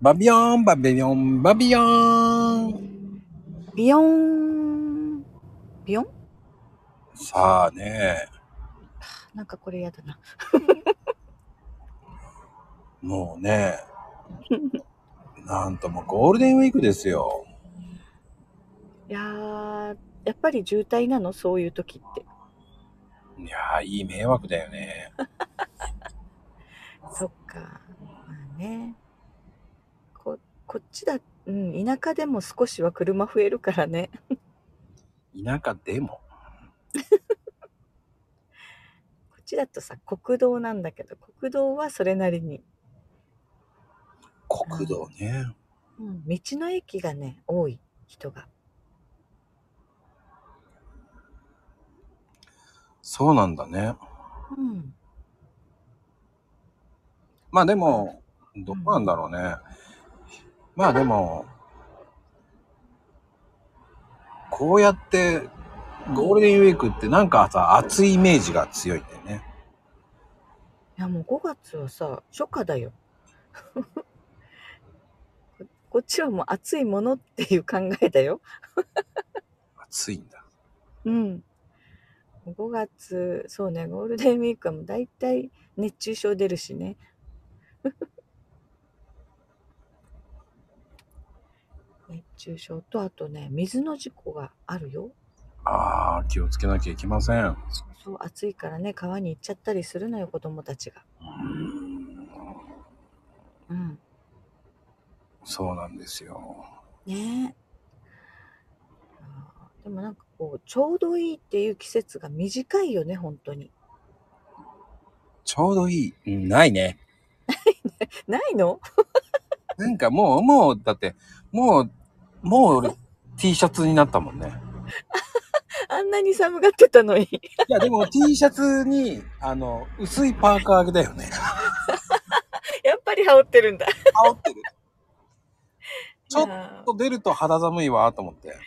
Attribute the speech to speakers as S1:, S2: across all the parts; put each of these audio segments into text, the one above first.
S1: バビヨーン、バビヨーン、バビヨーン。
S2: ビヨーン。ビヨン
S1: さあね、
S2: なんかこれやだな。
S1: もうね、なんともゴールデンウィークですよ。
S2: いやー、やっぱり渋滞なのそういう時って。
S1: いやー、いい迷惑だよね。
S2: そっか。まあね。こ、こっちだ、うん、田舎でも少しは車増えるからね。
S1: 田舎でも。
S2: こっちだとさ、国道なんだけど、国道はそれなりに。
S1: 国道ね。
S2: うん、道の駅がね、多い人が。
S1: そうなんだね。
S2: うん。
S1: まあでも、どうなんだろうね。まあでも、こうやって、ゴールデンウィークってなんかさ、暑いイメージが強いんだよね。
S2: いやもう5月はさ初夏だよ ここっちはもう暑いものっていう考えだよ
S1: 暑いんだ。
S2: うん5月そうねゴールデンウィークはもう大体熱中症出るしね 熱中症とあとね水の事故があるよ
S1: ああ、気をつけなきゃいけません。
S2: そう暑いからね川に行っちゃったりするのよ子供たちがうん
S1: そうなんですよ。
S2: ねえあーでもなんかこうちょうどいいっていう季節が短いよね本当に
S1: ちょうどいい。うんないね。
S2: ないの
S1: なんかもう、もう、だって、もう、もう T シャツになったもんね。
S2: あんなに寒がってたのに
S1: いや、でも T シャツに、あの、薄いパーカーだよね。
S2: やっぱり羽織ってるんだ
S1: 羽織ってる。ちょっ
S2: っ
S1: と出ると肌寒いわ、と思って。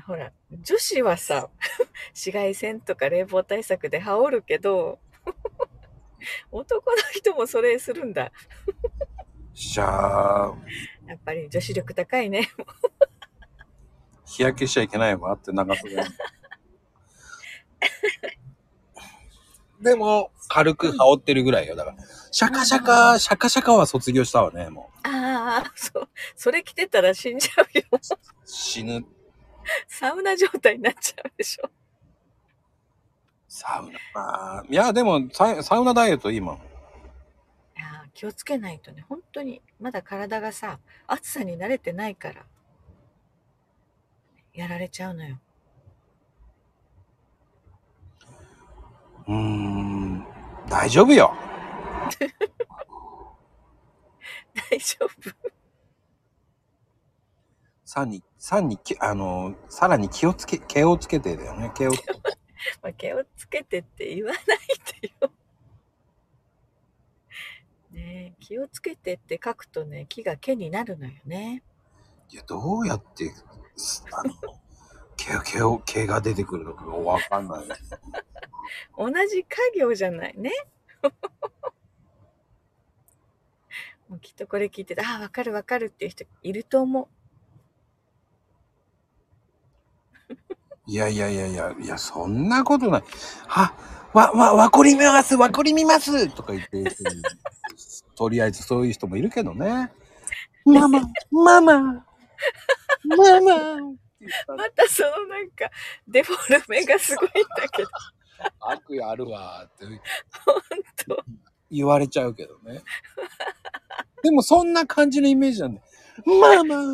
S2: ほら女子はさ 紫外線とか冷房対策で羽織るけど 男の人もそれするんだ
S1: じゃあ、
S2: やっぱり女子力高いね
S1: 日焼けしちゃいけないわって長袖。でも、軽く羽織ってるぐらいよ。だから、シャカシャカ、シャカシャカは卒業したわね、もう。
S2: ああ そうそれ着てたら死んじゃうよ
S1: 死ぬ、
S2: サウナ状態になっちゃうでしょ
S1: サウナ。いや、でもサ、サウナダイエットいいもん。
S2: いやー気をつけないとね本当にまだ体がさ暑さに慣れてないからやられちゃうのよ
S1: うーん、大丈夫よ。
S2: 大丈夫
S1: さらに、さらにき、あの、さらに気をつけ、気をつけてだよね。気をつけて。
S2: まあ気をつけてって言わないでよ ねえ気をつけてって書くとね木が毛になるのよね
S1: いや、どうやって、すあの、毛を、毛を、毛が出てくるのかがわかんない。
S2: 同じ家業じゃないね もうきっとこれ聞いててああわかるわかるっていう人いると思う
S1: いやいやいやいや、いや、そんなことない。あ、わ、わ、わこりみます、わこりみますとか言ってる人にとりあえずそういう人もいるけどね。ママ、ママ、ママ。
S2: またそのなんかデフォルメがすごいんだけど
S1: 悪意あるわーって
S2: 本当
S1: 言われちゃうけどね。 でもそんな感じのイメージなんだよ。ママ、わ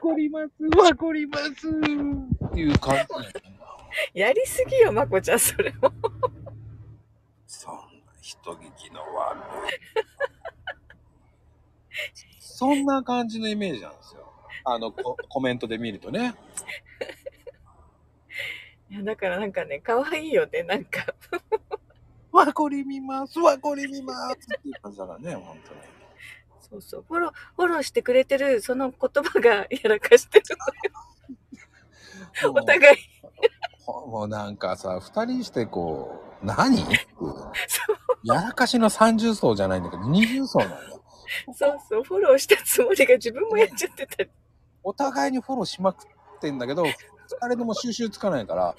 S1: こります、わこりますっていう感じなんだよな。
S2: やりすぎよまこちゃんそれも
S1: そんな人聞きの悪い。そんな感じのイメージなんですよ。あの、こコメントで見るとね。
S2: いやだからなんかね可愛いよねなんか
S1: わこり見ます、わこり見ますっていう感じだからね、本当に。
S2: そうそうフォローフォローしてくれてるその言葉がやらかしてる
S1: も
S2: お互いう
S1: もうなんかさ、二人してこ う、何やらかしの三重層じゃないんだけど、二重層なんだよ。
S2: そうそう、フォローしたつもりが自分もやっちゃってたり。
S1: お互いにフォローしまくってんだけど、誰でも収集つかないから、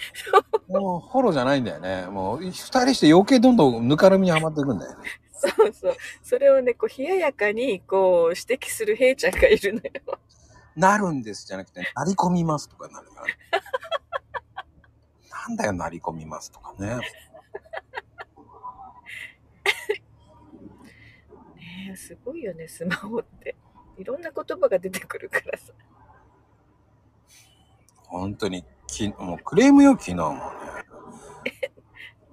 S1: もうフォローじゃないんだよね。もう二人して余計どんどんぬかるみにはまっていくんだよね。
S2: そうそう。それをね、こう、冷ややかに、こう、指摘するヘイちゃんがいるのよ。
S1: なるんですじゃなくて、なり込みますとかなる から、ね。なんだよ、なり込みますとかね。
S2: ねえすごいよね、スマホって。いろんな言葉が出てくるからさ。
S1: 本当に、きもうクレームよ、昨日もね。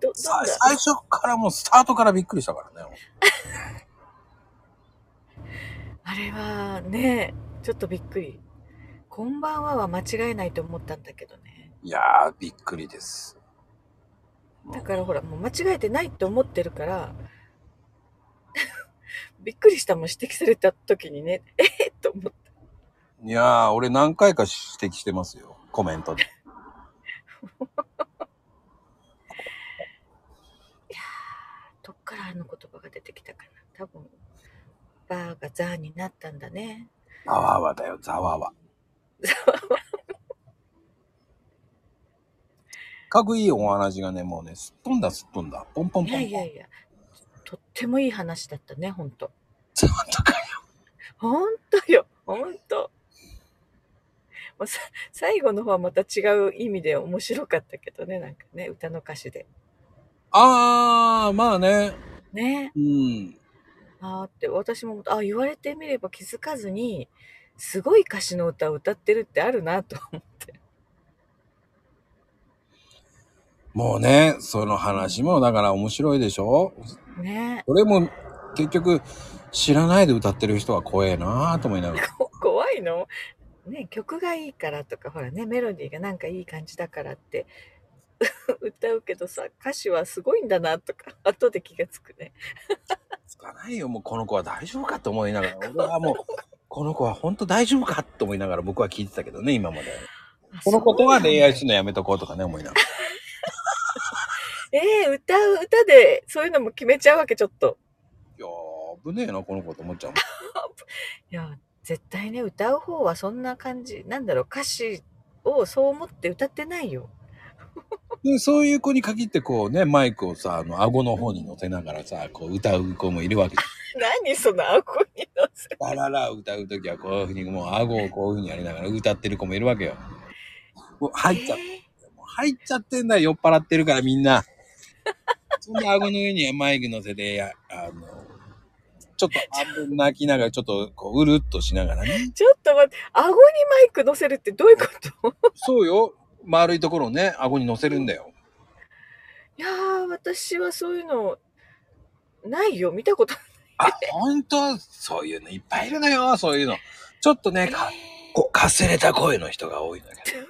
S2: ど、どん
S1: さ
S2: な、
S1: 最初からもうスタートからびっくりしたからね。
S2: あれはね、ちょっとびっくり。こんばんはは間違えないと思ったんだけどね。
S1: いやー、びっくりです。
S2: だからほら、もう間違えてないって思ってるから、 びっくりしたもん指摘された時にね、ええと思って、
S1: いやー、俺何回か指摘してますよ。コメントで。
S2: どっからあの言葉が出てきたかな。多分、バーがザーになったんだね。
S1: ざわわだよ、ざわ わ。かぐいいお話がね、もうね、すっ飛んだすっ飛んだ。ポンポンポン
S2: い
S1: ポン。
S2: やいやいや、とってもいい話だったね、ほんと。
S1: ちょっと かよ。
S2: ほんとよ、ほんと。もうさ最後の方はまた違う意味で面白かったけどね、なんかね、歌の歌詞で。
S1: あー、まあね。
S2: ね。
S1: うん。
S2: あーって私もあ言われてみれば気づかずにすごい歌詞の歌を歌ってるってあるなと思って
S1: もうね、その話も、だから面白いでしょ
S2: ね
S1: 俺も、結局、知らないで歌ってる人は怖えなーと思いながら。
S2: こ 怖いの、ね、曲がいいからとかほらねメロディーがなんかいい感じだからって 歌うけどさ歌詞はすごいんだなとか 後で気がつくね
S1: つかないよ、もうこの子は大丈夫かと思いながら。俺はもう、 この子は本当大丈夫かと思いながら僕は聞いてたけどね、今まで。
S2: あ
S1: この子とは恋愛す
S2: そ
S1: る
S2: う
S1: のやめとこうとかね、思いながら。
S2: なんだえー、歌う歌でそういうのも決めちゃうわけちょっと
S1: いやー、危ねえな、この子と思っちゃうもん。
S2: いや絶対ね歌う方はそんな感じなんだろう歌詞をそう思って歌ってないよ
S1: でそういう子に限ってこうねマイクをさあの顎の方に乗せながらさこう歌う子もいるわけ
S2: 何その顎に乗せ
S1: ラララ歌う時はこういうふうにもう顎をこういうふうにやりながら歌ってる子もいるわけよもう入っちゃっ
S2: えー
S1: もう入っちゃってんだよ酔っ払ってるからみんな そんで顎の上にマイク乗せてやあのちょっと半分泣きながらちょっとこううるっとしながらね
S2: ちょっと待って、顎にマイク乗せるってどういうこと
S1: そうよ丸いところをね顎に乗せるんだよ
S2: いやー、私はそういうの、ないよ、見たこと
S1: あ本当そういうのいっぱいいるのよそういうのちょっとね
S2: ない。
S1: かこうかすれた声の人が多いのよ
S2: 忘れ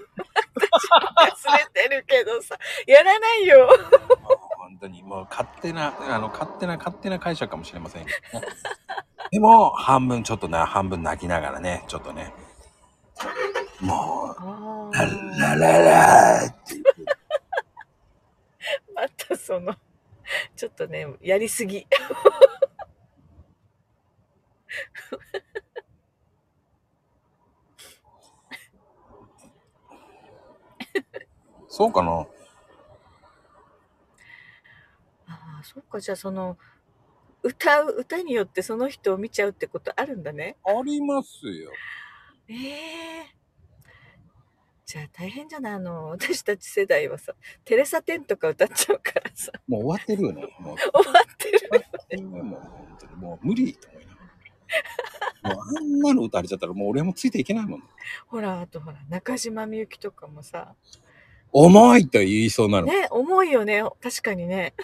S2: てるけどさ、やらないよ。
S1: もう本当にもう勝手なあの勝手な勝手な解釈かもしれませんけどねでも半分ちょっとな半分泣きながらねちょっとねも
S2: あ
S1: う「ララ
S2: ー
S1: ララ」って言って
S2: またその、ちょっとね、やりすぎ。
S1: そうかな
S2: ああ、そっか、じゃあその、歌う、歌によってその人を見ちゃうってことあるんだね。
S1: ありますよ
S2: ええじゃあ大変じゃないあの、私たち世代はさ、テレサテンとか歌っちゃうからさ、
S1: もう終わってるよねもう
S2: 終わってる。
S1: もう本当にもう無理と思いながらもうあんなの歌われちゃったらもう俺もついていけないもん
S2: ほら、あとほら、中島みゆきとかもさ、
S1: 重いと言いそうなの
S2: ね、重いよね、確かにね。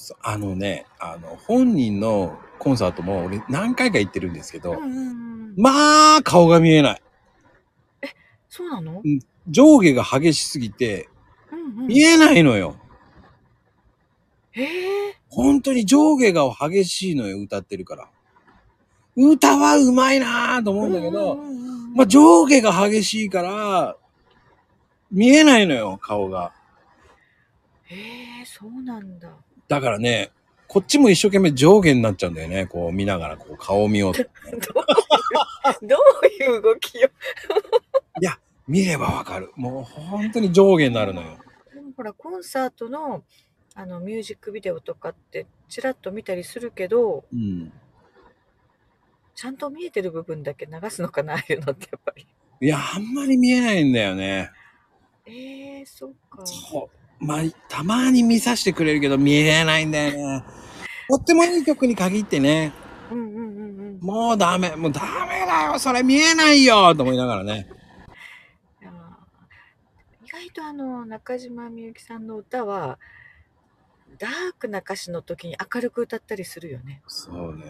S1: そうあのねあの本人のコンサートも俺何回か行ってるんですけど、
S2: うんうんうん。
S1: まあ、顔が見えない。
S2: そうなの
S1: 上下が激しすぎて、
S2: うんうん。
S1: 見えないのよ。
S2: ええ
S1: 本当に上下が激しいのよ、歌ってるから。歌はうまいなぁと思うんだけど、
S2: うんうんうんうん
S1: まあ、上下が激しいから、見えないのよ、顔が。
S2: ええそうなんだ。
S1: だからね、こっちも一生懸命上下になっちゃうんだよね。こう見ながら、こう顔を見ようと。
S2: どういう動きよ。
S1: 見ればわかる。もう本当に上下になるのよ。
S2: でもほら、コンサートの、あの、ミュージックビデオとかって、ちらっと見たりするけど、
S1: うん。
S2: ちゃんと見えてる部分だけ流すのかな、ああいうのってやっぱり。
S1: いや、あんまり見えないんだよね。
S2: えー、そっか。
S1: そう。まあ、たまに見させてくれるけど見えないんだよね。とってもいい曲に限ってね。
S2: うんうんうんうん。
S1: もうダメ、もうダメだよ、それ見えないよと思いながらね。
S2: いやー意外とあの中島みゆきさんの歌はダークな歌詞の時に明るく歌ったりするよね。
S1: そうね。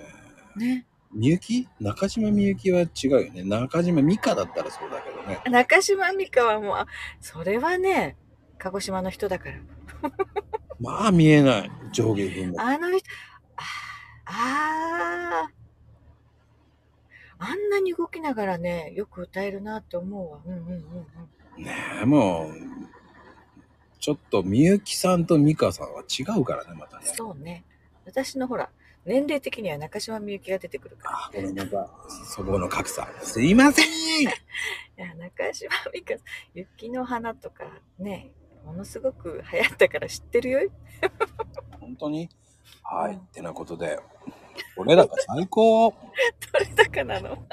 S2: ね。
S1: みゆき中島みゆきは違うよね。中島美香だったらそうだけどね。
S2: 中島美嘉はもうあそれはね鹿児島の人だから。
S1: まあ見えない。上下品だ。
S2: あの人ああーあんなに動きながらねよく歌えるなって思うわ。うんうんうんうん。
S1: ねえ、もう、ちょっとみゆきさんと美香さんは違うからね、またね。
S2: そうね。私のほら年齢的には中島みゆきが出てくるから。
S1: あ、これまた、そこの格差。すいません
S2: いや中島美嘉さん「雪の花」とかねものすごく流行ったから知ってるよ
S1: 本当にはい。ってなことで、俺らが最高
S2: 取れたかなの